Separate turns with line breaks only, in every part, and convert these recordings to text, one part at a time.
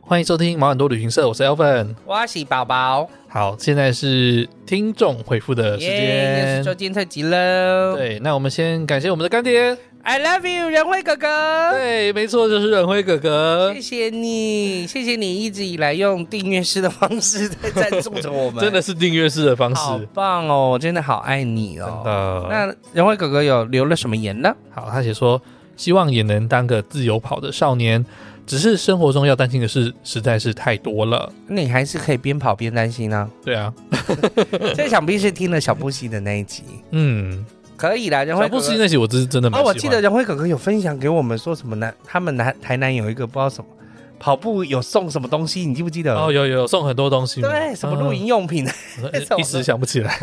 欢迎收听毛很多旅行社，我是 Elvin。
我是宝宝，
好，现在是听众回复的时
耶，又是
间。
周间特辑喽。
对，那我们先感谢我们的干爹，
I love you，仁惠哥哥，
对，没错，就是忍辉哥哥
啊谢，谢你，谢谢你一直以来用订阅式的方式在赞助着我 们，
真的是订阅式的方
好
式。
棒哦，我真的好爱你
真
哦。
的，
那仁惠哥哥有留了什么言呢？
好，他写说，希望也能当个自由跑的少年，只是生活中要担心的事实在是太多了。
你还是可以边跑边担 心啊。
对啊，
这想必是听了小布希的那一集，
嗯，
可以啦。仁惠
小
哥
布
哥
希那集我真是真的蛮
哦，我
喜
记
欢
得仁辉哥哥有分享给我们说什么南，他们南台南有一个不知道什么跑步有送什么东西，你记不记得？
哦，有有有送很多东西嘛，
对，什么露
录
营用品？
一时想不起来。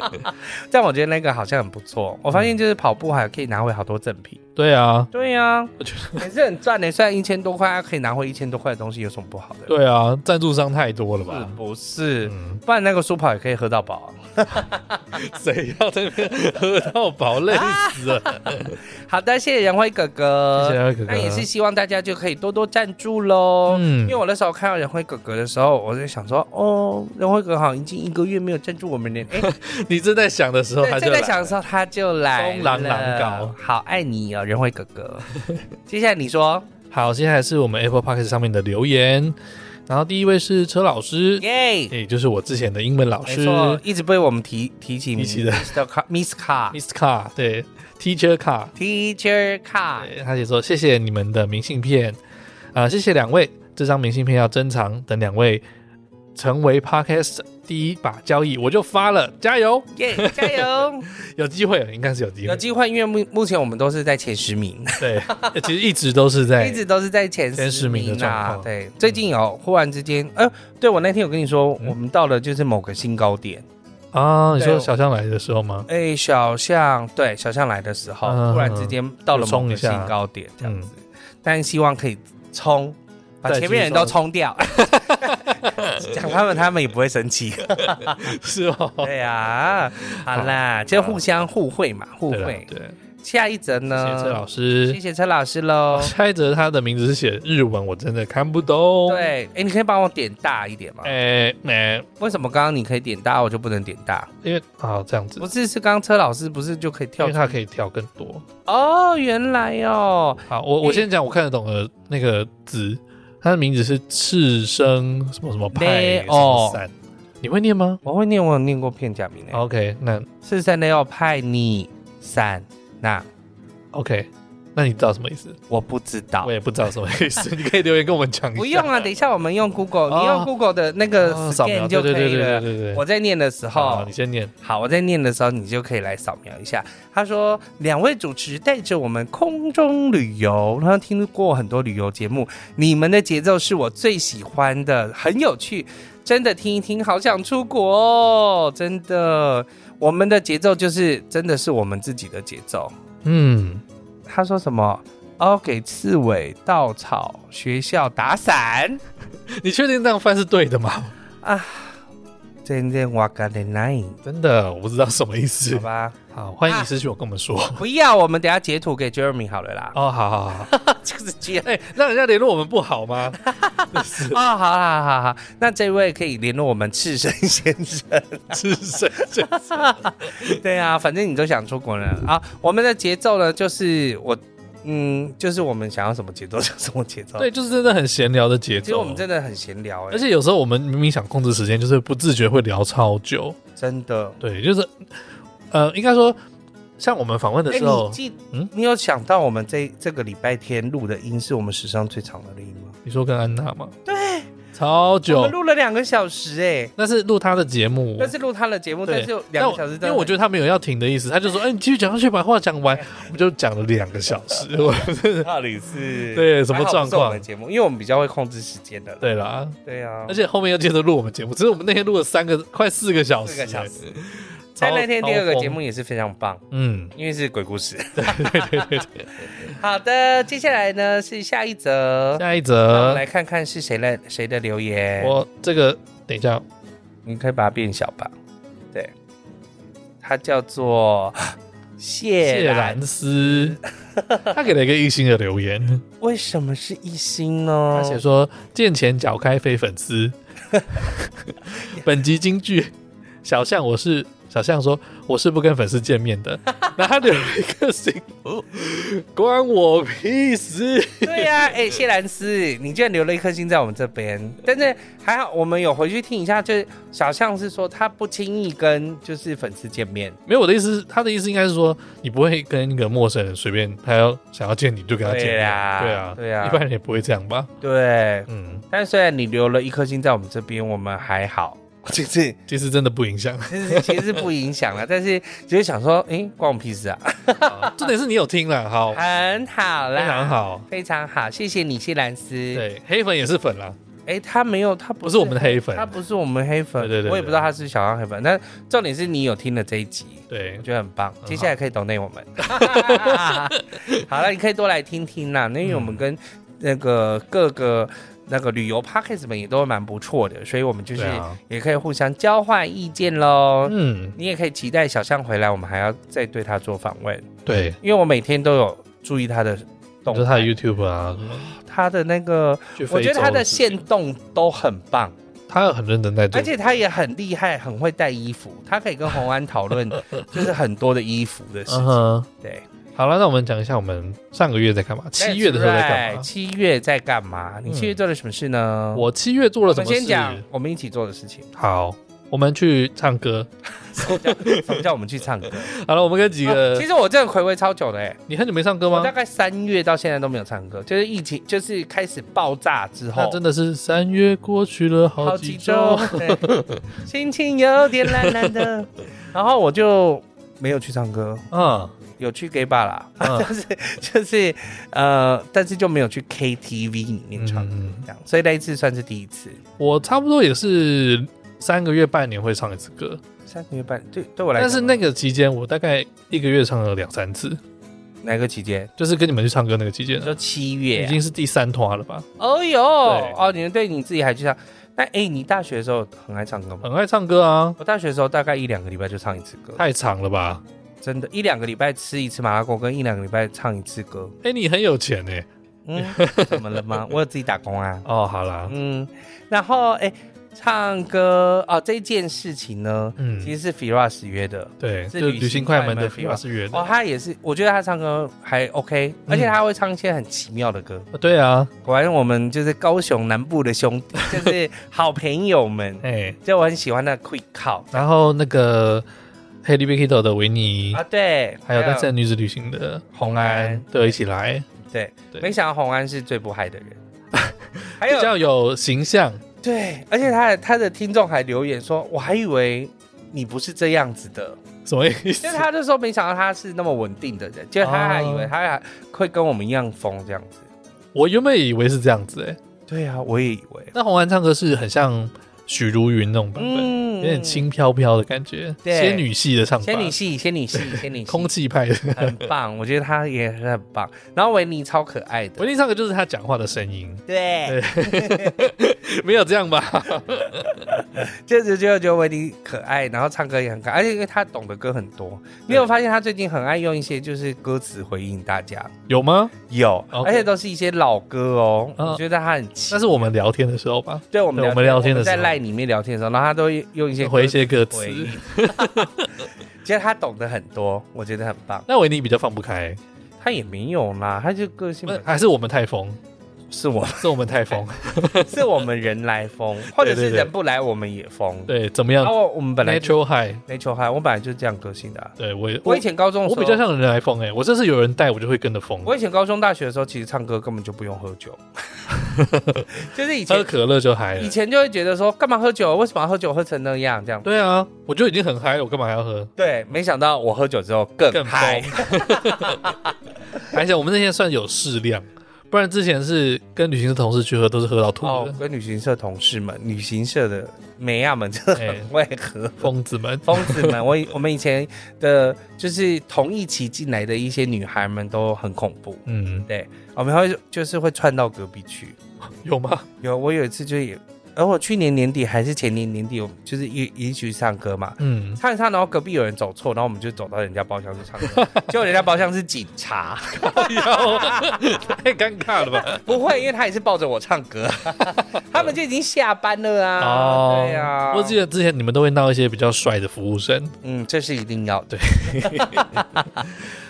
但我觉得那个好像很不错。我发现就是跑步还可以拿回好多赠品。
对啊，
对呀，
我觉
得还是很赚欸的，虽然一千多块，可以拿回一千多块的东西，有什么不好的？
对啊，赞助商太多了
是
吧？
不是？
嗯。
不然那个书跑也可以喝到饱啊、
谁要在那边喝到饱，累死
啊
了！
好的，谢谢仁辉哥哥，
谢谢仁辉哥哥
那也是希望大家就可以多多赞助喽。
嗯
因为我那时候看到仁辉哥哥的时候，我就想说，哦，仁辉哥哥好像已经一个月没有赞助我们了。 哎，
你正在想的时候，他
对，
就
正在
来。
想的时候他就来
松狼狼搞
了好爱你哦，仁辉哥 哥。接下来你说，
好，接下来是我们 Apple Podcast 上面的留言，然后第一位是车老师，
耶，
也就是我之前的英文老
没
师
错，一直被我们提提起
提起的
Mr. Car Miss Car
，Miss Car，对，Teacher Car，
Teacher Car。
对他写说谢谢你们的明信片，啊、谢谢两位，这张明信片要珍藏，等两位成为 Podcast 第一把交椅，我就发了，加油！
耶加 油！
有机会，应该是有机
有
会，
机会，因为目目前我们都是在前十名，
对，其实一直都是在
一直都是在前
前十名的
名
状
啊
况。
对，最近有忽然之间，呃，对我那天有跟你说，
嗯
我们到了就是某个新高点。
啊，你
对
说
我
小象来的时候吗？
哎，小象，对，小象来的时
嗯
候，忽然之间到了某
冲一
个
下
新高点这样子，但希望可以冲。把
再
前面人
继续
都
冲
冲掉， 讲他们他们也不会生气。
是哦，
对呀，好啦，就互相互惠嘛，互
对啦
惠。
对，
下一则
谢谢
呢？
车老
谢
师。
谢哦车老师喽。
猜着他的名字是写日文，我真的看不懂。，
对，哎，你可以帮我点大一点吗？
哎、没，
为什么刚刚你可以点大，我就不能点大？
因为啊这样子
不，是，是刚刚车老师不是就可以
因
跳
为？他可以跳更多。
哦，原来哦，
好，我我先讲我看得懂的那个字，他的名字是赤生什么什么派
雷
什么散，你会念吗
我会念，我有念过片假名诶。
？OK，那
四三六派你三，那
OK，那你知道什么意思？
我不知道
我。也不知道什么意思， 你可以留言跟我们讲一下。
不用啊，等一下我们用 Google，、
哦
你用 Google 的那个
哦扫描
scan 就可
对对
以
对对
了。
对对对。
我在念的时
好，
候
你，先念。
好，我在念的时候，你就可以来扫描一下。他说，两位主持带着我们空中旅游，然后听过很多旅游节目，你们的节奏是我最喜欢的，很有趣，真的听一听，好想出国哦，真的。我们的节奏就是真的是我们自己的节奏，
嗯，
他说什么？哦，给刺猬、稻草、学校打伞。
你确定这样翻是对的吗？
真正瓦嘎的奈，
真的，我不知道什么意
好
思。
吧，
好，啊欢迎你私讯我跟我们说。
不要，我们等一下截图给 Jeremy 好了啦。
哦，好好好，
这个是 J
哎、让人家联络我们不好 吗？
哦，好好好好，那这位可以联络我们赤身先生。
是谁？这
对啊，反正你都想出国了啊。我们的节奏呢，就是我，嗯，就是我们想要什么节奏就什么节奏。
对，，就是真的很闲聊的节
其实我
奏
们。真的很闲聊、欸，
而且有时候我们明明想控制时间，就是不自觉会聊超久。
真的。
对，就是呃，应该说，像我们访问的
哎、
时候，
你
你
记，
嗯
你有想到我们这这个礼拜天录的音是我们史上最长的录音吗？
说跟安娜吗？对，超
我
久
们。录了两个小时、哎，
那是录他的节目，
但是录他的节目，
对
但是有两个小时
因为我觉得他没有要停的意思，他就说：“哎、你继续讲下去，把话讲完。”我们就讲了两个小 时。我
得到底是
对什么状况
还好不是我们节目，因为我们比较会控制时间的。
对啦，
对啊
而，且后面又接着录我们节目，只是我们那天录了三个，快四个小时、
四个小时。
超
在那天第二个
超疯
节目也是非常棒，
嗯，
因为是鬼 故事。好的，接下来呢是下一则，
下一
那我们
则，
来看看是谁来谁的留言。
我这个等一下，哦
你可以把它变小吧。对，它叫做 谢
谢
兰
兰。斯，他给了一个一星的留言，
为什么是一星呢
他？写说见钱脚开非粉 丝。本集金句：小象我是小象说我是不跟粉丝见面的，哪里有一个 星？哦关我屁事！
对呀、哎、谢兰斯，你居然留了一颗星在我们这边，但是还好我们有回去听一下，就是小象是说他不轻易跟就是粉丝见面，
没有我的意思是，他的意思应该是说你不会跟一个陌生人随便他要想要见你就跟他见面，
对啊
对啊，
对啊
一般人也不会这样吧？
对，
嗯，
但虽然你留了一颗星在我们这边，我们还好，就是
其实真的不影 响。
其实其实不影 响了，但是只是想说，哎、关我屁事啊，
重点是你有听了，好，非
很好啦，
常，好。
非常好，谢谢你，谢兰斯。，
对，黑粉也是粉啦，
哎、他没有，他
不
不
是我们的黑粉
他。不是我们黑粉，
对对对对
我也不知道他是小羊黑粉，但重点是你有听了这一集，
对
我，觉得很棒，
好
接下来可以 donate 我们。 好了，你可以多来听听啦，那因为我们跟那个各个那个旅游 podcast 们也都蛮不错的，所以我们就是
对啊
也可以互相交换意见喽。
嗯，
你也可以期待小象回来，我们还要再对他做访问，
对，
因为我每天都有注意他的动
就是他的
态，
YouTube 啊，什么
他的那个，
去非洲
我觉得他的
事情
线动都很棒。
他很认真在做
而，且他也很厉害，很会带衣服，他可以跟红安讨 论，就是很多的衣服的事
嗯
情。
哼。
对，
好了，那我们讲一下我们上个月在干嘛，七月的时候在干
That's right，
嘛。嗯
七月在干嘛？你七月做了什么事呢？
我七月做了
我
什
们
么事？
先讲我们一起做的事情。
好，我们去唱歌。
什么叫什么叫我们 去唱歌？
好了，我们跟几
哦
个
其，实我真的回味超久的哎，
你很久没唱歌
我大
吗？
概三月到现在都没有唱歌，就是疫情就是开始爆炸之
那
后。
真的是三月过去了好几周。，
对 心情有点懒懒 的，然后我就没有去唱歌，
嗯
有去 gay bar 啦，
嗯
就是呃，但是就没有去 KTV 里面唱，
嗯，
这样，所以那一次算是第一次，
我差不多也是三个月、半年会唱一次歌，
三个月半，对对我来
但
讲，
是那个期间我大概一个月唱了两三次，
哪个期间？
就是跟你们去唱歌那个期间
你
啊，
说七月
已
啊、
经是第三团了吧？
哦呦，
对
哦，你们对你自己还去唱？那哎、你大学的时候很爱唱歌吗？
很爱唱歌啊，
我大学的时候大概一两个礼拜就唱一次歌，
太长了吧？
真的，一两个礼拜吃一次麻辣锅，跟一两个礼拜唱一次歌。
哎、你很有钱哎、
嗯，怎么了吗？我有自己打工啊。
哦，好啦，
嗯，然后哎、唱歌哦，这件事情呢，
嗯
其实是 Firas 约的。
对，
是
就
旅
旅行
行
快
快
门
门
的
非
皮瓦
常
斯乐的
哦，他也是，我觉得他唱歌还 OK，、
嗯
而且他会唱一些很奇妙的歌。
哦对啊，
果然，我们就是高雄南部的兄 弟，就是好朋友们。
哎、
就我很喜欢那 Quick Call
然后那个 Haley b i k i t o 的维尼，
啊，对，
还有单身女子旅行的红安
安
都有一起来，
对，
对
没想到红安是最不嗨 的人，还
比
有
较有形象，
对，而且他的他的听众还留言说，我还以为你不是这样子的，
什么意思
就是？哦他就说没想到他是那么稳定的人，就是他还以为他还会跟我们一样疯这样子。
我原本以为是这样子哎、
对啊，我也以为，
那红安唱歌是很像许茹芸那种版本，
嗯
有点轻飘飘的感觉，
对
仙女系的唱法，
仙女系，仙 女系，仙女系，
空气派的。
很棒，我觉得他也是很棒。然后维尼超可爱的，
维尼唱歌就是他讲话的声音，
对，
没有这样吧？
就是就觉得维尼可爱，然后唱歌也很可爱，而且因为他懂的歌很多，你有发现他最近很爱用一些就是歌词回应大家，
有吗？
有，
OK
而且都是一些老歌哦，
嗯
我觉得他很奇。
那是我们聊天的时候吧，
对我们
对我们聊天的
我们在
时候
赖里面聊天的时候，然后他都用一些
回一些歌词
回。应， 其实他懂得很多，我觉得很棒。
那维尼比较放不开，
他也没有啦，他就个性
不是还是我们太疯，
是我
是我们太疯。
是我们人来疯，或者
对
是
对对
人不来我们也疯。
对，怎么样
然后我们本来就
？Natural High，
Nature High，我本来就是这样个性的啊、
对我
我以前高中的
我
时候，
比较像人来疯哎、我这是有人带我就会跟着疯，
啊我以前高中、大学的时候，其实唱歌根本就不用喝 酒，就是以
喝
前
可乐就嗨
以
了。
前就会觉得说，干嘛喝酒？为什么要喝酒喝成那样？这样
对啊，我就已经很嗨了，我干嘛还要喝？
对，没想到我喝酒之后更
更
嗨
疯。。而且我们那天算有适量，不然之前是跟旅行社同事去喝，都是喝到吐
哦
的，，
跟旅行社同事们、旅行社的美亚们真的
哎
很会喝。
疯、子们。
疯子们，我以我们以前的，就是同一期进来的一些女孩们都很恐怖，
嗯，
对，我们还会就是会窜到隔壁去。
有吗？
有，我有一次就也而我去年年底还是前年年底，我就是一一起去唱歌嘛，
嗯，
唱一唱，然后隔壁有人走错，然后我们就走到人家包厢去唱歌，结果人家包厢是警察，
太尴尬了吧？
不会，因为他也是抱着我唱 歌，他们就已经下班了啊，对呀、啊，
哦我记得之前你们都会闹一些比较帅的服务生。
嗯，这是一定要的，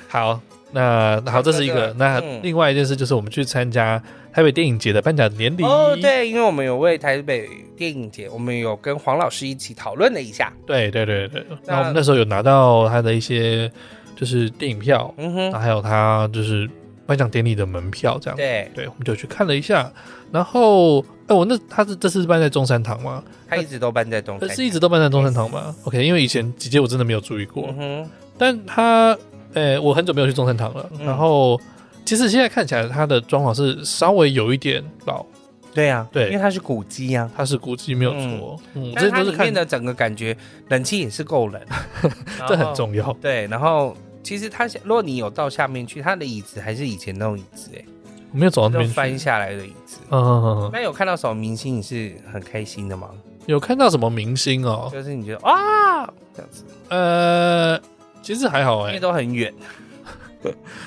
好，那好，这是一个。
嗯
那另外一件事就是我们去参加台北电影节的颁奖典礼。
哦，对，因为我们有为台北电影节，我们有跟黄老师一起讨论了一下，
对对对对。
那
那我们那时候有拿到他的一些就是电影票，
嗯哼，
那还有他就是颁奖典礼的门票这样。
对，
对，我们就去看了一下。然后，哎，我那他是这次是办在中山堂吗？
他一直都搬在东
呃
山，
是一直都办在中山堂吗？OK，因为以前几届我真的没有注意过
嗯，哼，
但他，呃，我很久没有去中山堂了。
嗯
然后，其实现在看起来它的装潢是稍微有一点老，
对啊，
对
因为他是古迹啊。
它是估计没有错。嗯，
但是
这
它
都是
里
看
面，的整个感觉，冷气也是够冷，
这
然
很
后
重要。
对，然后其实它如果你有到下面去，它的椅子还是以前那种椅子、欸，
我没有走到那
哎，就
边去。
翻下来的椅子。
嗯嗯嗯，嗯
那有看到什么明星你是很开心的吗？
有看到什么明星哦？
就是你觉得啊这样子，
呃，其实还好
因为
哎，
都很远，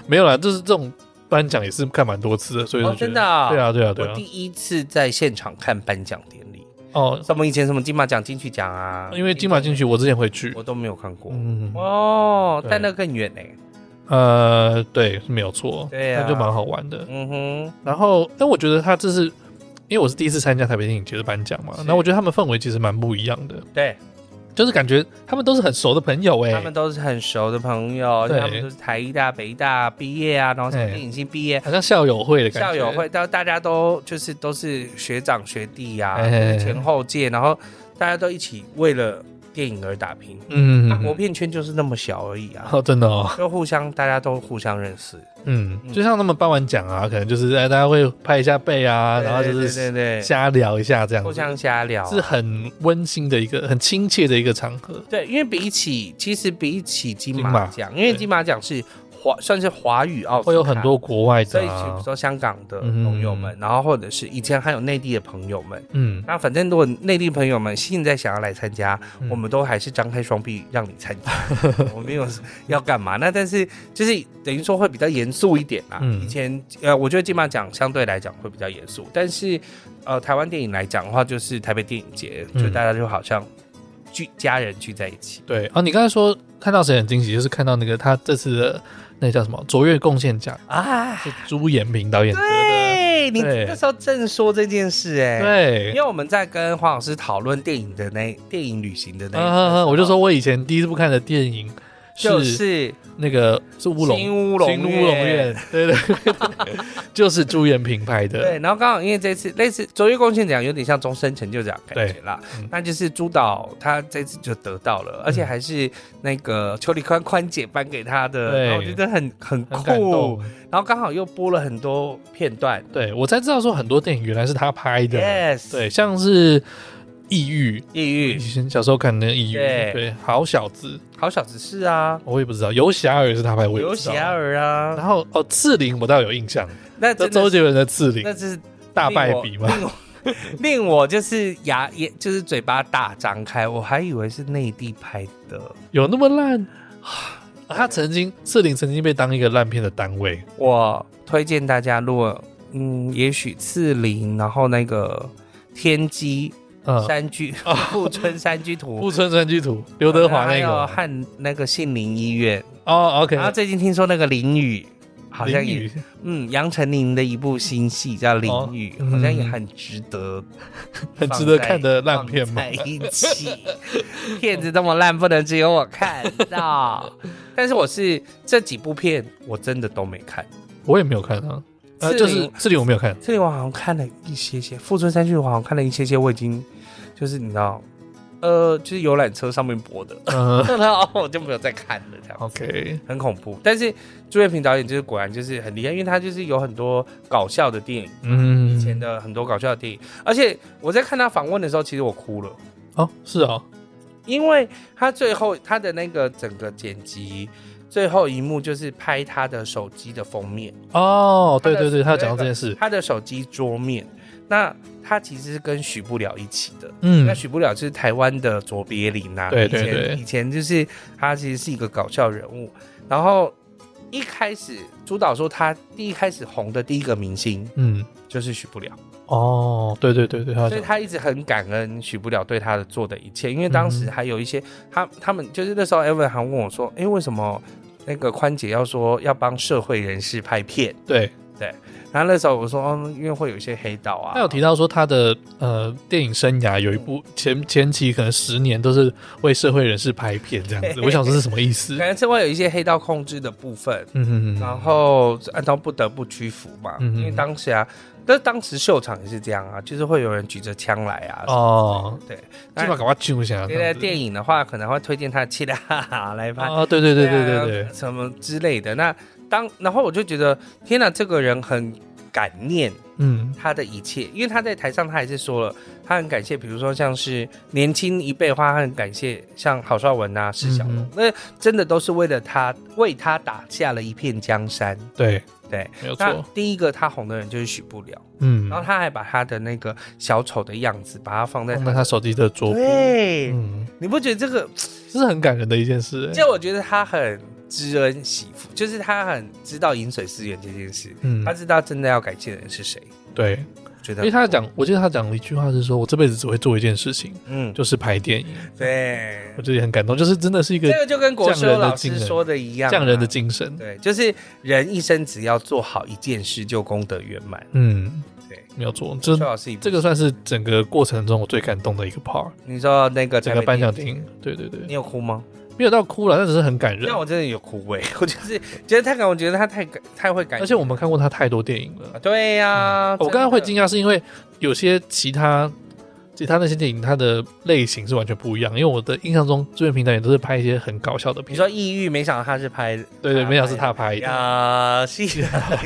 没有啦，就是这种颁奖也是看蛮多次的，所以就
哦
觉得
真的啊
对啊，对啊，对
我
啊
第。一次在现场看颁奖典礼，
哦，
什么以前什么金马奖、金曲奖啊，
因为金马进去，我之前会去。
我都没有看过。
嗯，
哦，
对
但那更远呢、
呃，对，是没有错，
对啊
那就蛮好玩的。
嗯哼，
然后，但我觉得他这是因为我是第一次参加台北电影节的颁奖嘛，
是
那我觉得他们氛围其实蛮不一样的，
对
就是感觉他们都是很熟的朋友哎、
他们都是很熟的朋友，
对
他们都是台艺大、北艺大毕业啊，然后什么
对
电影系毕业，
好像校友会的感觉。
校友会，到大家都就是都是学长学弟呀、
哎哎哎
前后届，然后大家都一起为了电影而打拼。
嗯，
那
嗯，
国
嗯
片圈就是那么小而已啊，
哦，真的哦，
就互相大家都互相认识，
嗯，就像他们颁完奖啊，可能就是哎，大家会拍一下背啊，
对
然后就
对
是
对对，
瞎聊一下这样
互
子，
相瞎聊啊、
是很温馨的一个、很亲切的一个场合。
对，因为比起其实比起金
金马
马奖，因为
对
金马奖是华算是华语奥斯卡
会有很多国外
所以
的、
比如
啊，
说香港的朋友们，然后或者是以前还有内地的朋友们，
嗯，
那反正如果内地朋友们现在想要来参加，
嗯
我们都还是张开双臂让你参 加，我没有要干嘛。那但是就是等于说会比较严肃一点啦。
嗯
以前呃，我觉得金马奖相对来讲会比较严肃，但是呃，台湾电影来讲的话，就是台北电影节，
嗯
就大家就好像聚家人聚在一起。
对啊，你刚才说看到谁很惊喜，就是看到那个他这次的那叫什么卓越贡献奖，
啊，
是朱延平导演得的，
对你
对
那时候正说这件事哎、因
对
为。我们在跟黄老师讨论电影的那电影旅行的那一
啊
个时
哈
候，
哈！我就说我以前第一部看的电影
就是
那个是乌龙
新乌龙
新乌龙
院
院，对对，对 就是朱延平拍的，
对，然后刚好因为这次类似卓越贡献奖有点像终身成就奖感觉啦
对嗯，嗯
那就是朱导他这次就得到了，而且还是那个邱礼宽宽姐颁给他的，
对
然后我觉得很很
很感
酷
动，。
然后刚好又播了很多片段
对我才知道说很多电影原来是他拍的，
，yes，
对，像是《抑郁》，
抑
以
郁
前小时候看的《抑郁》，
对
对，好小子，
好小子是啊，
我也不知道，《游侠儿》是他拍，我也
刘
不知道。
喜儿啊，
然后哦，《刺陵》我倒有印象，
那
这
真
周
的是
杰伦的《刺陵
那》真是
大败笔嘛，
令我？令我就是牙也就是嘴巴大张开，我还以为是内地拍的，
有那么烂？啊他曾经《刺陵》曾经被当一个烂片的单位，
我推荐大家，如果嗯，也许刺陵，然后那个天机
嗯，
山居、富春山居图，
富春山居图，刘德华那
还有啊
个
和那个杏林医院，
哦，OK，
然后最近听说那个淋雨。好像
淋
也
雨
嗯，杨丞琳的一部新戏叫《淋雨》
哦
好像也
嗯
很值得，
很值得看的烂片嘛
嘛。，在一起， 片子这么烂，不能只有我看 到。但是我是这几部片我真的都没看，
我也没有看啊，呃，
刺
就
陵
是《刺陵》我没有看，
这里我好像看了一些些，富春山居我好像看了一些些，我已经就是你知道，呃，就是游览车上面播的，
嗯
然后我就没有再看了，这样
，OK，
很恐怖。但是朱岳平导演就是果然就是很厉害，因为他就是有很多搞笑的电影，
嗯，
以前的很多搞笑的电影，而且我在看他访问的时候，其实我哭了，
哦，是哦，
因为他最后他的那个整个剪辑最后一幕就是拍他的手机的封面，
哦，对
他的
对对，他有讲
那
到
个
这件事，
他的手机桌面。那他其实是跟许不了一起的，那
嗯，
许不了就是台湾的卓别林呐、啊，
对对
以
对
前以前就是他其实是一个搞笑人物，然后一开始主导说他第一开始红的第一个明星
嗯，
就是许不了，
哦，对对对对，他有
所以
讲，
他一直很感恩许不了对他的做的一切，因为当时
嗯
还有一些他他们就是那时候 Evan 还问我说，哎、为什么那个宽姐要说要帮社会人士拍片？
对，
然后那时候我说，哦，因为会有一些黑道啊，
他有提到说他的呃电影生涯有一部前前期可能十年都是为社会人士拍片这样子，我想说是什么意思
可？能是会有一些黑道控制的部分，
嗯嗯
然
嗯，
后按照不得不屈服嘛，
嗯
因为当时啊，但是当时秀场也是这样啊，就是会有人举着枪来啊。
哦，
对，
基本赶快进一下，
现在
这样
电影的话，可能会推荐他的气的哈哈来
子
拍，
哦，对对对对对对
啊，什么之类的。那当然后我就觉得，天哪，这个人很感念
嗯
他的一切，因为他在台上他还是说了，他很感谢，比如说像是年轻一辈的话，他很感谢像郝邵文啊、释小龙，
嗯
那真的都是为了他，为他打下了一片江山。
对，
对，
没有
那
错，
第一个他红的人就是许不了，
嗯
然，后他还把他的那个小丑的样子，把它放在
放
他
在他手机的桌布，
对，
嗯，
你不觉得这个？
这是很感人的一件事，欸
就我觉得他很知恩惜福，就是他很知道饮水思源这件事，
嗯
他，知道真的要感谢的人是谁，
对，
觉得
因为他讲，我记得他讲了一句话是说，我这辈子只会做一件事情，
嗯，
就是拍电影，
对
我，觉得也很感动，就是真的是一个
这个就跟国
匠人
修
的
老
精
师
神
说的一样、啊，
匠人的精神，
对，就是人一生只要做好一件事，就功德圆满。
嗯，
对，
没有错，这
修老师一部
这个算是整个过程中我最感动的一个 part，
你说那个
整个颁奖
台
典
北
礼，对对对
你，有哭吗？
没有到哭了，但只是很感人
但，我真的有哭哎、 我就是觉得太感，我觉得他太感太会感，啊
而且我们看过他太多电影了，
对呀、
我刚刚会惊
讶，
讶是因为有些其他。其他那些电影，它的类型是完全不一样，因为我的印象中，制片平台也都是拍一些很搞笑的
你
片。
说抑郁，没想到他是拍的
对对，
他
没想到是
拍
他拍的。
呀，是 啊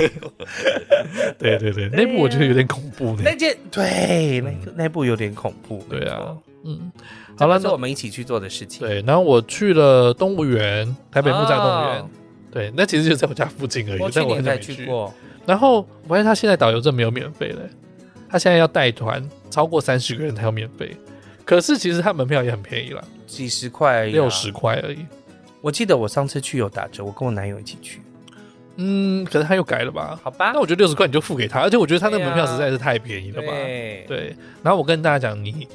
对对对，
对
那部我觉得
呀
有点恐怖呢
那。件对那个那部有点恐怖，
嗯对
没
啊
错，，
嗯，好
好
了，
了，是我
那
们一起去做的事情，
对，然后我去了动物园，台北木栅动物园。
哦
对，那其实就在我家附近而已
我，去
但我
年
很久
才
没
去。过，
然后我发现他现在导游证没有免费了，他现在要带团，超过三十个人才有免费。可是其实他门票也很便宜啦，
几十块，
六十。块而已。
我记得我上次去有打折，我跟我男友一起去，
嗯，可能他又改了吧？
好吧
那？我觉得六十块你就付给他，而且我觉得他那个
啊对
门
啊
票实在是太便宜了吧？
对，
对，然后我跟大家讲，你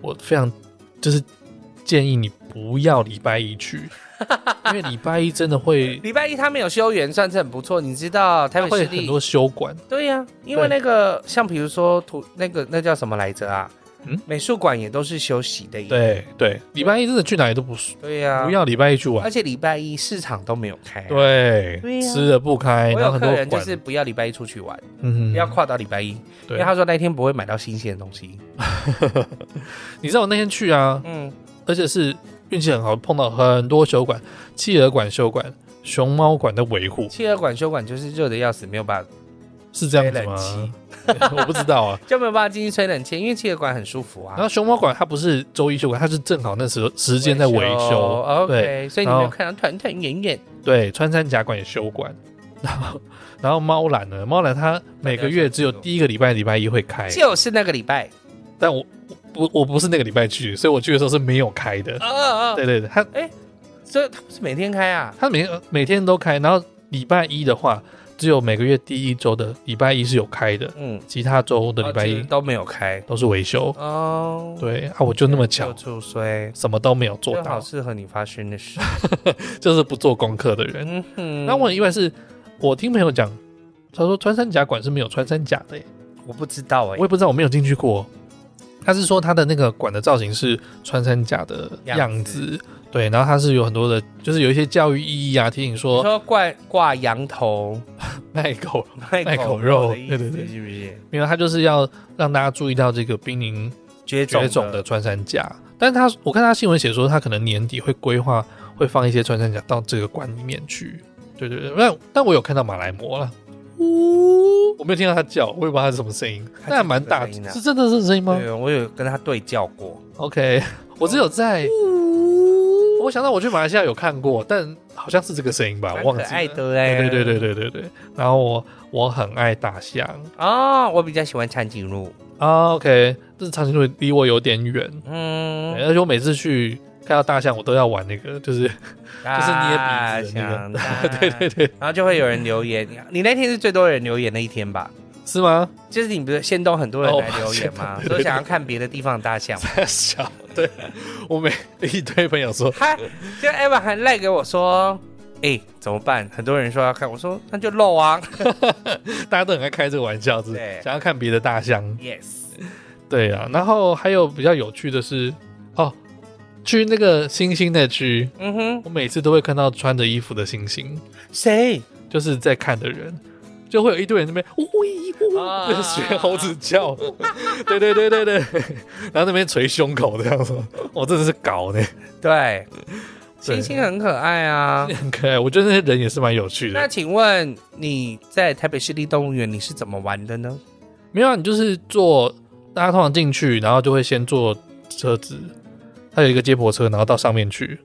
我非常就是建议你不要礼拜一 去，因为礼拜一真的会
礼拜一他们有休园，算是很不错。你知道台
它
北
会
市
很
立
多修馆，
对呀、因为
对
那个像比如说图那个那叫什么来着啊？
嗯
美术馆也都是休息的耶。
对对，礼拜一真的去哪里都不舒
对呀、
不要礼拜一去玩
而，且礼拜一市场都没有开、，
对
哎对，呀
吃的不开，
我
然
有
后很
客
多
人就
馆，
是不要礼拜一出去玩，
嗯
不要跨到礼拜一，因
对
为，他说那天不会买到新鲜的东西。
你知道我那天去啊，
嗯，
而且是运气很好，碰到很多修馆，企鹅馆、修馆、熊猫馆的维护，
企鹅馆休馆就是热的要死，没有办法
是这样子
吹冷气
吗？我不知道 啊。
就没有办法进去吹冷气，因为企鹅馆很舒服
然后
啊。
熊猫馆它不是周一休馆，它是正好那时候时间在维修，对
OK，所以你没
然
有
后
看到团团圆圆。
对，穿山甲馆也休馆。 然后，然后猫缆呢？猫缆它每个月只有第一个礼拜礼拜一会开，
就是那个礼拜。
但我我我不是那个礼拜去，所以我去的时候是没有开的。
哦哦
对对对，它
所以他不是每天开啊？
它每每天都开，然后礼拜一的话，只有每个月第一周的礼拜一是有开的，
嗯，
其他周的礼拜
哦
一
就是都没有开
都是维修。
哦。，
对啊，我就那么巧
就，出衰，
什么都没有做
就好
到，
适合你发生 的事。
就是不做功课的人。
嗯哼
那我很意外是，我听朋友讲，他说穿山甲馆是没有穿山甲的耶，
我不知道哎、
我也不知道，我没有进去过。他是说他的那个馆的造型是穿山甲的样
样
子，
子
对，然后它是有很多的，就是有一些教育意义啊，提醒
你
说
说挂挂羊头
卖狗，
卖
口
口
肉
的意思
对对对
是不是？
因为他就是要让大家注意到这个濒临绝
绝
种
种
的
的
穿山甲。但是他我看他新闻写说，他可能年底会规划会放一些穿山甲到这个馆里面去。对对对，但但我有看到马来貘了。
呜。
我没有听到它叫，我也不知道它是什么声音，
它
但还蛮大
就是这
的，是真
个声音啊
的是这个声音吗
对，我有跟他对叫过。
？OK，我只有在我想到我去马来西亚有看过，但好像是这个声音吧，我
蛮
忘
可
记
爱
了。
的欸
对
嘞，
对对对对对对。然后我我很爱大象
哦，我比较喜欢长颈鹿，
啊，OK，但是长颈鹿离我有点远，
嗯，
对而且我每次去看到大象，我都要玩那个，就是
大
就是捏鼻子的
象
那
大
对对对，
啊然后就会有人留言，你你那天是最多人留言的一天吧？
是 吗？
就是你不是先动很多人
哦
来留言吗？
限动对对
说想要看别的地方的大象嘛，
太小，对我每一堆朋友说，
他就 Eva 还赖给我说，哎、怎么办？很多人说要看，我说那就漏啊。
大家都很爱开这个玩笑，是
对
想要看别的大象，
yes，
对啊。然后还有比较有趣的是，哦，去那个星星那区，
嗯哼，
我每次都会看到穿着衣服的星星，
谁？
就是在看的人，就会有一堆人在那边呜呜一呜，
啊
就是学猴子叫， 对对对对对， 然后那边捶胸口这样子，我真的是搞呢，
对，
对
星星很可爱啊。
很可爱。我觉得那些人也是蛮有趣
那
的。
请问你在台北市立动物园你是怎么玩的呢？
没有、啊，你就是坐，大家通常进去，然后就会先坐车子，它有一个接驳车，然后到上面去，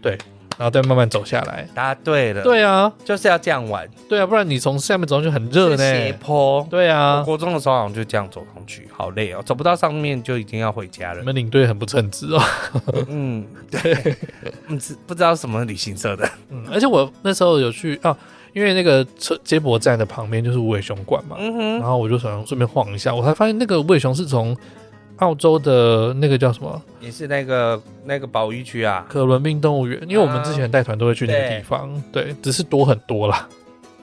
对，然后再慢慢走下来。
答对了，，
对啊，
就是要这样玩，
对啊，不然你从下面走上去很热
是斜
呢。
坡。
对
我
啊，
国中的时候好像就这样走上去，好累哦，走不到上面就已经要回家
你
了。
们领队很不称职哦。
嗯，对，嗯，知不知道什么旅行社的？
嗯，而且我那时候有去啊，因为那个车接驳站的旁边就是无尾熊馆嘛，
嗯
然
哼，
后我就想顺便晃一下，我才发现那个无尾熊是从澳洲的那个叫什么
也是那个那个保育区啊。
可伦宾动物园，因为我们之前带团都会去那个
对
地方，对，只是多很多啦。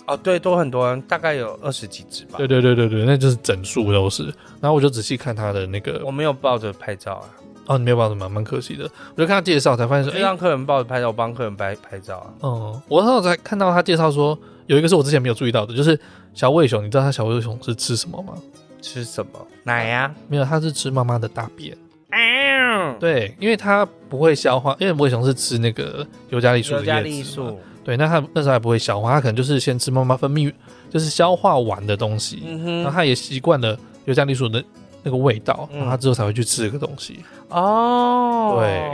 哦，对，多很多，大概有二十几只吧。
对对对对对，那就是整数都是。然后我就仔细看它的那个
我，没有抱着拍照啊，
哦，你没有帮什么，蛮可惜的。我就看他介绍才发现
就
说，哎、
让客人抱着拍照，我帮客人拍拍照啊。
嗯，我那时候才看到他介绍说，有一个是我之前没有注意到的，就是小尾熊，你知道它小尾熊是吃什么吗？
吃什么奶啊呀、
没有，它是吃妈妈的大便。
啊？对，
对，因为它不会消化，因为无尾熊是吃那个尤加利树的
尤
叶
加利
子嘛
树。
对，那它那时候还不会消化，它可能就是先吃妈妈分泌，就是消化完的东西，
嗯
然后
哼，
它也习惯了尤加利树的那个味道，
嗯
然后它之后才会去吃这个东西，
哦，对，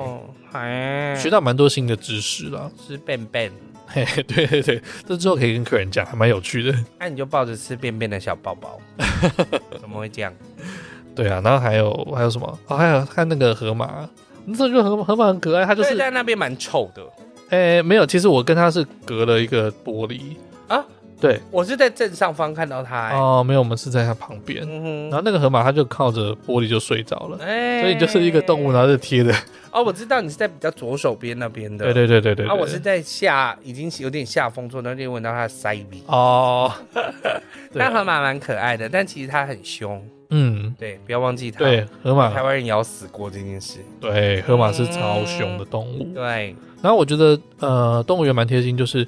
哎，
学到蛮多新的知识了。
吃便便，
嘿， 对对对，这之后可以跟客人讲，还蛮有趣的。
那、你就抱着吃便便的小 宝宝，怎么会这样？
对啊，然后还有还有什么？哦，还有看那个河马，那时候就河河马很可爱，它就
就是
是
在那边蛮臭的。
诶、没有，其实我跟它是隔了一个玻璃
啊，
对。
我是在正上方看到他、欸，
哦，没有，我们是在它旁边。
嗯
然后那个河马它就靠着玻璃就睡着了，
哎
所以就是一个动物，然后就贴 的。
哦，我知道你是在比较左手边那边的，
对对对对对。
啊，
对
我是在下，已经有点下风，坐那边闻到它的塞鼻。
哦，对
但河马蛮可爱的，但其实它很凶，
嗯，
对，不要忘记它。
对，，河
台
马，
湾人咬死过这件事。
对，河马是超凶的动物。
对，
然后我觉得，呃，动物园蛮贴心，就是，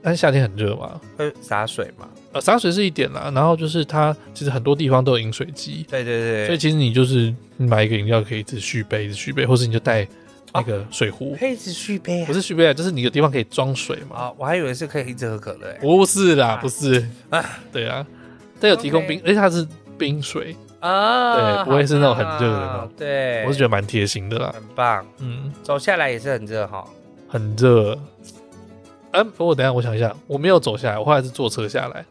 但是夏天很热嘛，
会洒水嘛？
呃，洒水是一点啦，然后就是它其实很多地方都有饮水机，
对
所
对
以
对，
其实你就是你买一个饮料可以一直续杯，一直续杯，或是你就带那个水壶，
可以一直续杯啊
不！是续杯啊，就是你有地方可以装水嘛。
啊，我还以为是可以一直喝可乐欸。
不是啦，
啊
不是
啊，
对啊，它有提供
OK
冰，而且它是冰水，
啊，
对不会是那种很热的那
好棒啊
种
对，
我是觉得蛮贴心的啦。
很棒。
嗯，
走下来也是很热哈。
很热。嗯、不过等一下我想一下，我没有走下来，我后来是坐车下来，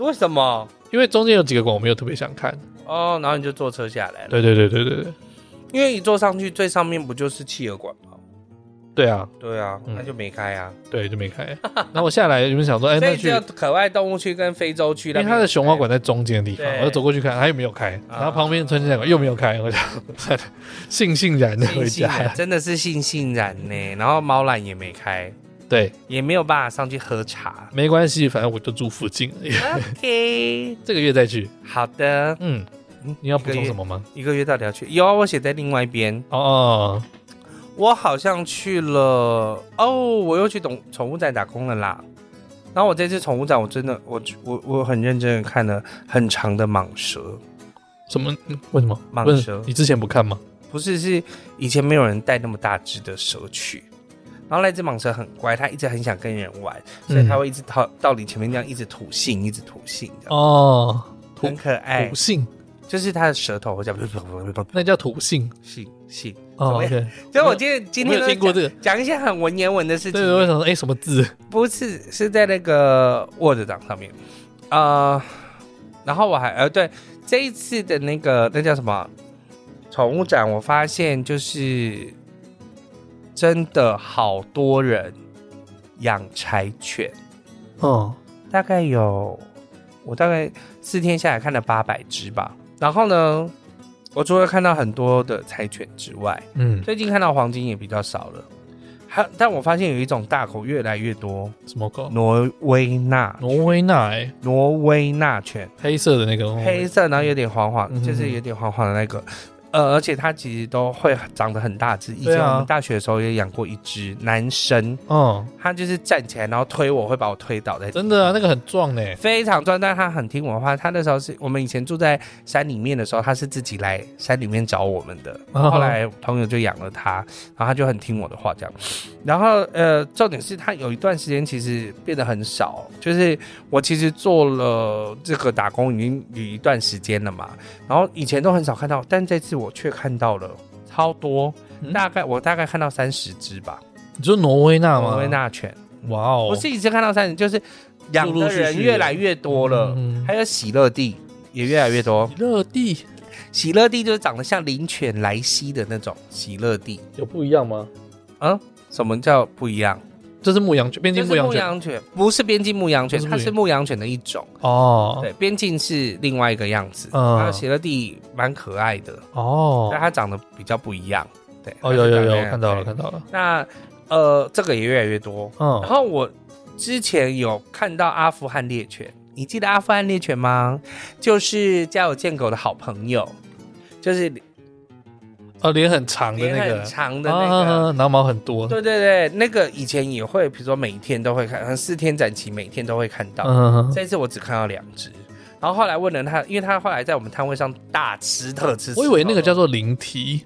为什么？
因为中间有几个馆我没有特别想看。
哦，然后你就坐车下来了。
对对对对对对，
因为一坐上去最上面不就是企鹅馆吗？
对啊，
对啊，
嗯
那就没开啊。
对就没开。然 后我下来，你们想说，哎、
所
那
以
去
只，有可爱动物区跟非洲区
因
那
为
边有开，
它的熊猫馆在中间的地方，
对
我就走过去看，它又没有开，
啊
然后旁边春天展馆又没有开，我就 悻悻然的回
悻悻
家
然。啊真的是悻悻然呢。然后猫缆也没开，
对，
也没有办法上去喝
。
茶
没关系，反正我就住附近而已，
OK，
这个月再去。
好的。
嗯，你要补充什么吗？
一个月到底要去？有啊，我写在另外一边。
哦，
我好像去了哦，我又去懂宠物展打工了啦。然后我这次宠物展，我真的我我我很认真的看了很长的蟒蛇，
什么？为什么？
蟒
不是
蛇
你之前不看吗？
不是是以前没有人带那么大只的蛇去。然后那只蟒蛇很乖，它一直很想跟人玩，
嗯
所以它会一直到到你前面这样一直吐信，一直吐信的，
哦，
很可爱哎
土。性，
就是它的舌头会这样噗噗噗噗噗噗
那叫土性。
信性。
哦
所以
，OK，
所以我今天今
我
天
有
都
听过
讲
这个，
讲一些很文言文的事
对
情，
对，我想说，哎，什么字？
不是是在那个 Word 档上面啊、呃然后我还呃对这一次的那个那叫什么啊宠物展，我发现就是真的好多人养柴犬，
哦，
大概有我大概四天下来看了八百只吧。然后呢，我除了看到很多的柴犬之外，
嗯，
最近看到黄金也比较少了。还但我发现有一种大狗越来越多，
什么狗？
挪威纳
挪威那哎，
挪威纳犬，
黑色的那个哦
黑色，然后有点黄黄，
嗯
就是有点黄黄的那个。呃，而且它其实都会长得很大只。以
对
前
啊
我们大学的时候也养过一只男生，
哦，
他就是站起来然后推我，会把我推倒在地
真的啊，那个很壮呢。
非常壮，但他很听我话。他那时候是我们以前住在山里面的时候，他是自己来山里面找我们的。
哦
后来朋友就养了他，然后他就很听我的话这样。然后呃，重点是他有一段时间其实变得很少，就是我其实做了这个打工已经有一段时间了嘛，然后以前都很少看到，但这次我却看到了超多，
嗯
大概我大概看到三十只吧，
你说挪威那吗？
挪威，纳犬。
哇哦，
不是一次看到三十，就是养的人越来越多了，
嗯
还有喜乐蒂也越来越多。
热地
喜乐蒂就是长得像灵犬莱西的那种喜乐蒂，
有不一样吗？
嗯，什么叫不一样？
这是牧羊犬，边
就
境
是
牧羊
牧
犬
羊犬，不是边境牧羊犬
不，是牧
它
羊
是牧羊犬的一种。
哦
对，边境是另外一个样子。
嗯
然后喜乐蒂蛮可爱的，但
哦
它长得比较不一样。对，
哦，有有有，
它
我
是
看
长那
到了
样对
看到了，
那呃，这个也越来越多。然
嗯，
后我之前有看到阿富汗猎犬，你记得阿富汗猎犬吗？就是家有贱狗的好朋友，就是
哦，脸很长的
脸
那个
很，长的那个。
啊，然后毛很多，
对对对，那个以前也会，比如说每天都会看，好像四天展期每天都会看到。
嗯，
这次我只看到两只，然后后来问了他，因为他后来在我们摊位上大吃特吃。
我以为那个叫
做
做灵缇，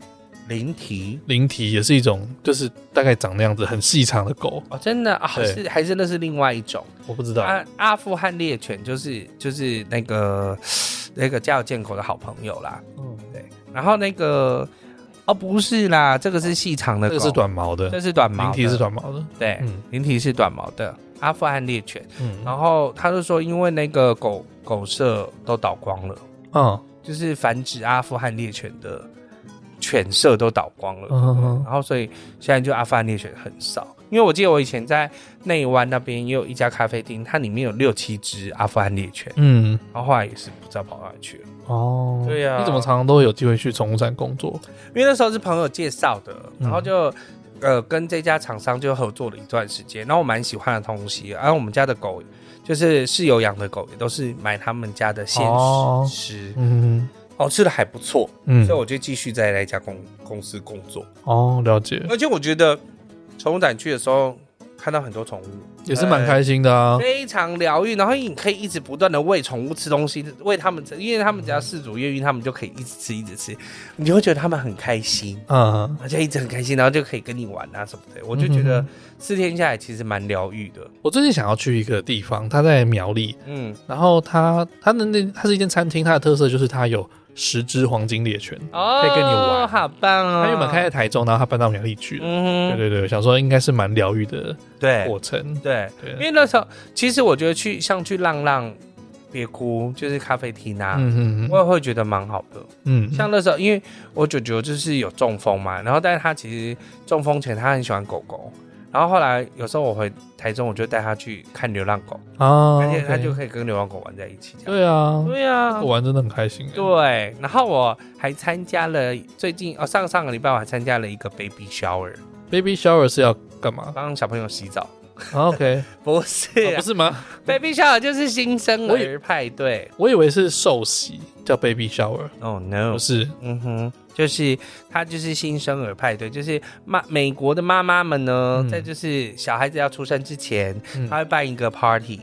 灵缇
灵缇也是一种，就是大概长那样子，很细长的狗，啊
哦，真的啊，
对
是还是那是另外一种。
我不知道，
阿啊阿富汗猎犬就是就是那个那个家有贱狗的好朋友啦。
嗯，
然后那个哦，不是啦，这个是细长的
这
狗，
个是，短毛的，
这是短
灵
毛，
缇是，短毛的，
对，
嗯
灵体是短毛的阿富汗猎犬。
嗯，
然后他就说，因为那个狗狗舍都倒光了，
嗯，
就是繁殖阿富汗猎犬的犬舍都倒光了，
嗯嗯嗯
然后所以现在就阿富汗猎犬很少。因为我记得我以前在内湾那边也有一家咖啡厅，它里面有六七只阿富汗猎犬，
嗯，
然后后来也是不知道跑哪里去了。
哦，
对呀
你怎么常常都会有机会去宠物展工作？
因为那时候是朋友介绍的，
嗯
然后就、呃跟这家厂商就合作了一段时间，然后我蛮喜欢的东西，然、后我们家的狗就是室友养的狗，也都是买他们家的鲜食、
哦
吃，
嗯
哦吃的还不错，
嗯
所以，我就继续在那家公公司工作，
哦，了解，
而且我觉得宠物展区的时候。看到很多宠物，
也是蛮开心的啊，
非常疗愈，然后你可以一直不断的喂宠物吃东西，喂它们吃，因为它们
嗯
只要饲主愿意，它们就可以一直吃，一直吃，你就会觉得它们很开心。
嗯，
而且一直很开心，然后就可以跟你玩啊什么的，我就觉得
嗯
四天下来其实蛮疗愈的。
我最近想要去一个地方，它在苗栗，
嗯，
然后它它的那它是一间餐厅，它的特色就是它有十只黄金猎犬，
哦
可以跟你玩
好棒哦！
它原本开在台中，然后它搬到苗栗去了。
嗯
对
哼，
对对，我想说应该是蛮疗愈的
对
过程。
对因
对，
为那时候其实我觉得去像去浪浪，别哭，就是咖啡厅啊。
嗯嗯
我也会觉得蛮好的，
嗯，
像那时候，因为我舅舅就是有中风嘛，然后但是他其实中风前他很喜欢狗狗，然后后来有时候我回台中，我就带他去看流浪狗，
啊，
而且他
OK
就可以跟流浪狗玩在一起这样。
对啊，
对啊，
我玩真的很开心欸。
对，啊然后我还参加了最近哦，上上个礼拜我还参加了一个 baby shower，
Baby shower 是要干 嘛
帮小朋友洗澡。哦
啊？OK，
不是、
啊不是吗？
baby shower 就是新生
我以
儿派对。
我以为是寿喜叫 Baby shower，
Oh no！
不是
嗯哼，就是它就是新生儿派对，就是妈美国的妈妈们呢，
嗯
在就是小孩子要出生之前，
嗯
他会办一个 party。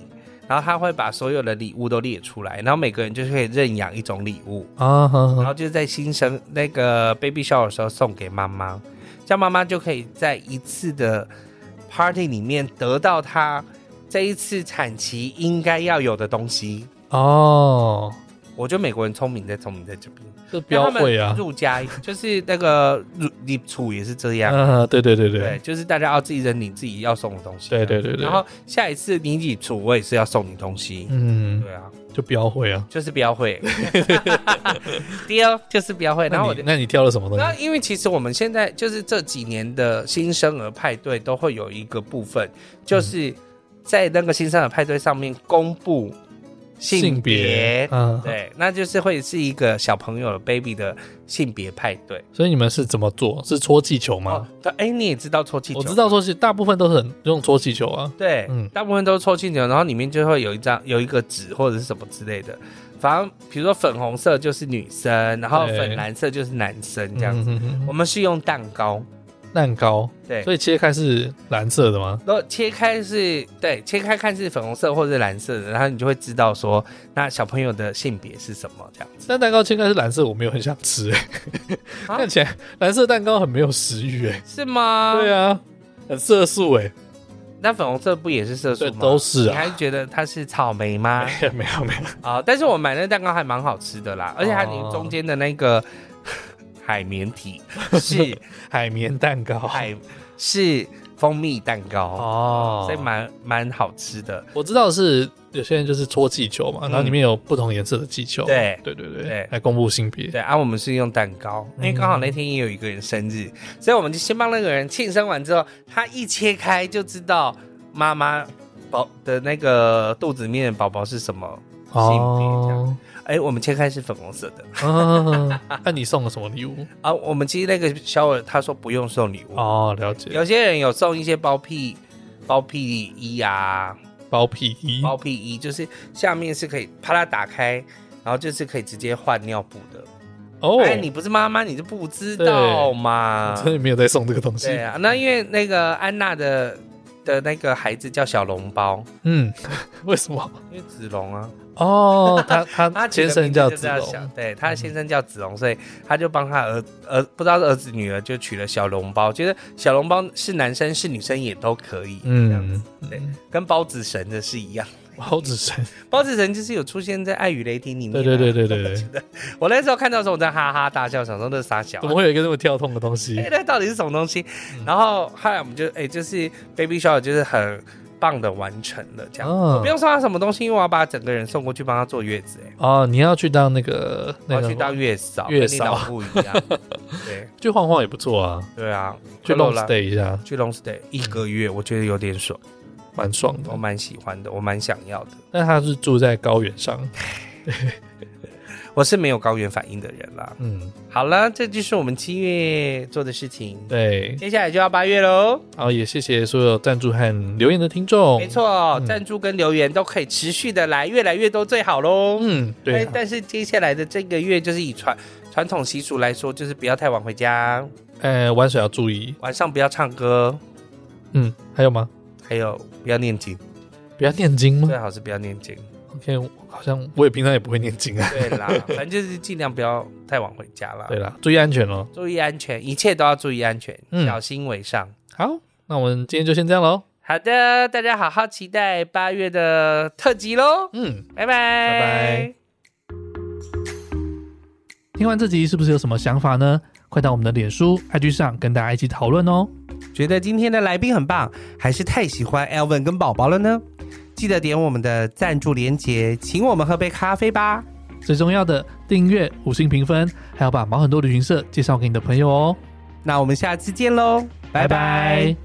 然后他会把所有的礼物都列出来，然后每个人就是可以认养一种礼物，
啊？哈
然
哈
后就是在新生那个 baby shower 的时候送给妈妈，这样妈妈就可以在一次的 party 里面得到她这一次产期应该要有的东西。
哦，
我觉得美国人聪明在聪明在这边，
这标会
让他
啊
们，入家就是那个入你楚也是这样，
嗯、对对对对
对，就是大家要自己认领自己要送的东西，啊
对对对对
然后下一次你礼楚我也是要送你东西，
嗯，
对啊，
就标会啊。
就是标会， 第二就是标哎会，然后
那
我
你
就。
那你挑了什么东
那
西？
因为其实我们现在就是这几年的新生儿派对都会有一个部分，
嗯
就是在那个新生儿派对上面公布性别，
嗯，
对，那就是会是一个小朋友的 baby 的性别派对。
所以你们是怎么做？是搓气球
哦
吗？，
对，哎，你也知道抽气球，
我知道，搓气，大部分都是很用搓气球啊。
对，
嗯
大部分都是抽气球，然后里面就会有一张有一个纸或者是什么之类的，反正比如说粉红色就是女生，然后
对
粉蓝色就是男生这样子。
嗯嗯嗯嗯
我们是用蛋糕，
蛋糕，
对，
所以切开是蓝色的吗？
然后切开是对，切开看是粉红色或者是蓝色的，然后你就会知道说，那小朋友的性别是什么这样子。
但蛋糕切开是蓝色，我没有很想吃、欸，
啊
看起来蓝色蛋糕很没有食欲、欸，
是吗？
对
啊，
啊，很色素、欸，
那粉红色不也是色素
对，
吗？
都是
你
啊，
还觉得它是草莓吗？
没有没有没有，
啊、但是我买那蛋糕还蛮好吃的啦，而且它里面
哦
中间的那个 海 绵体是
海绵蛋糕，
海是蜂蜜蛋糕，
哦
所以蛮蛮好吃的。
我知道是有些人就是搓气球嘛，
嗯
然后里面有不同颜色的气球，
对
对对对
对
来公布性别，
对啊，我们是用蛋糕，因为刚好那
嗯
天也有一个人生日，所以我们就先帮那个人庆生完之后，他一切开就知道妈妈宝的那个肚子里面的宝宝是什么性别。这样，
哦，
哎、我们切开是粉红色的
嗯， 那你送了什么礼 物？
啊。我们其实那个小友他说不用送礼物，
哦，了解，
有些人有送一些包屁包屁衣啊，
包屁衣，
包屁衣就是下面是可以啪啦打开，然后就是可以直接换尿布的。
哦，
哎，你不是妈妈，你就不知道嘛
我。 真的没有在送这个东西
对，啊，那因为那个安娜的的那个孩子叫小笼包，
嗯， 为什么？
因为子龙啊，
哦，他他
他
先
取的
生
名字
叫
就
子
叫小
龙，嗯
对，他的先生叫子龙，所以他就帮他儿儿不知道是儿子女儿就取了小笼包，觉得小笼包是男生是女生也都可以，嗯，这样
嗯
子，对，跟包子神的是一样，
包子神，
包子神就是有出现在《爱与雷霆》里面、啊
对对对，对对对，
我那时候看到的时候我在哈哈大笑，想说那是傻小
怎
啊、
么嗯会有一个这么跳动的东西
哎、？那到底是什么东西？然后后来我们就哎、就是 Baby Shower 就是很棒的完成了这样。我
哦
不用送他什么东西，因为我要把他整个人送过去帮他做月子、哎，
哦，你要去当那个
我
那
要
个
去当月嫂，
月
跟你
嫂
老不一样。 对
去晃晃也不错啊，
对啊，
去 long
弄了
stay 一下，
去 long stay 一个月，我觉得有点爽，
蛮爽的
我。蛮喜欢的，我蛮想要的。
但他是住在高原上，
我是没有高原反应的人啦。
嗯，
好了，这就是我们七月做的事情，
对。
接下来就要八月喽。
然后也谢谢所有赞助和留言的听众，
没，错，
嗯
赞助跟留言都可以持续的来，越来越多最好喽。
嗯，对
哎但
啊，
但是接下来的这个月，就是以传传统习俗来说，就是不要太晚回家，
呃，玩水要注意，
晚上不要唱歌，
嗯，还有吗？
还有不要念经，
不要念经吗
最好是不要念经。
？OK，我好像我也平常也不会念经啊。
对 啦，反正就是尽量不要太晚回家啦。
对啦，注意安全哦。
注意安全，一切都要注意安全，
嗯
小心为上。
好，那我们今天就先这样喽。
好的，大家好好期待八月的特辑喽，
嗯，
拜拜，
拜拜。听完这集是不是有什么想法呢？快到我们的脸书、IG 上跟大家一起讨论哦。
觉得今天的来宾很棒，还是太喜欢 Elvin 跟宝宝了呢？记得点我们的赞助连结，请我们喝杯咖啡吧。
最重要的，订阅、五星评分，还要把毛很多旅行社介绍给你的朋友哦。
那我们下次见喽，拜拜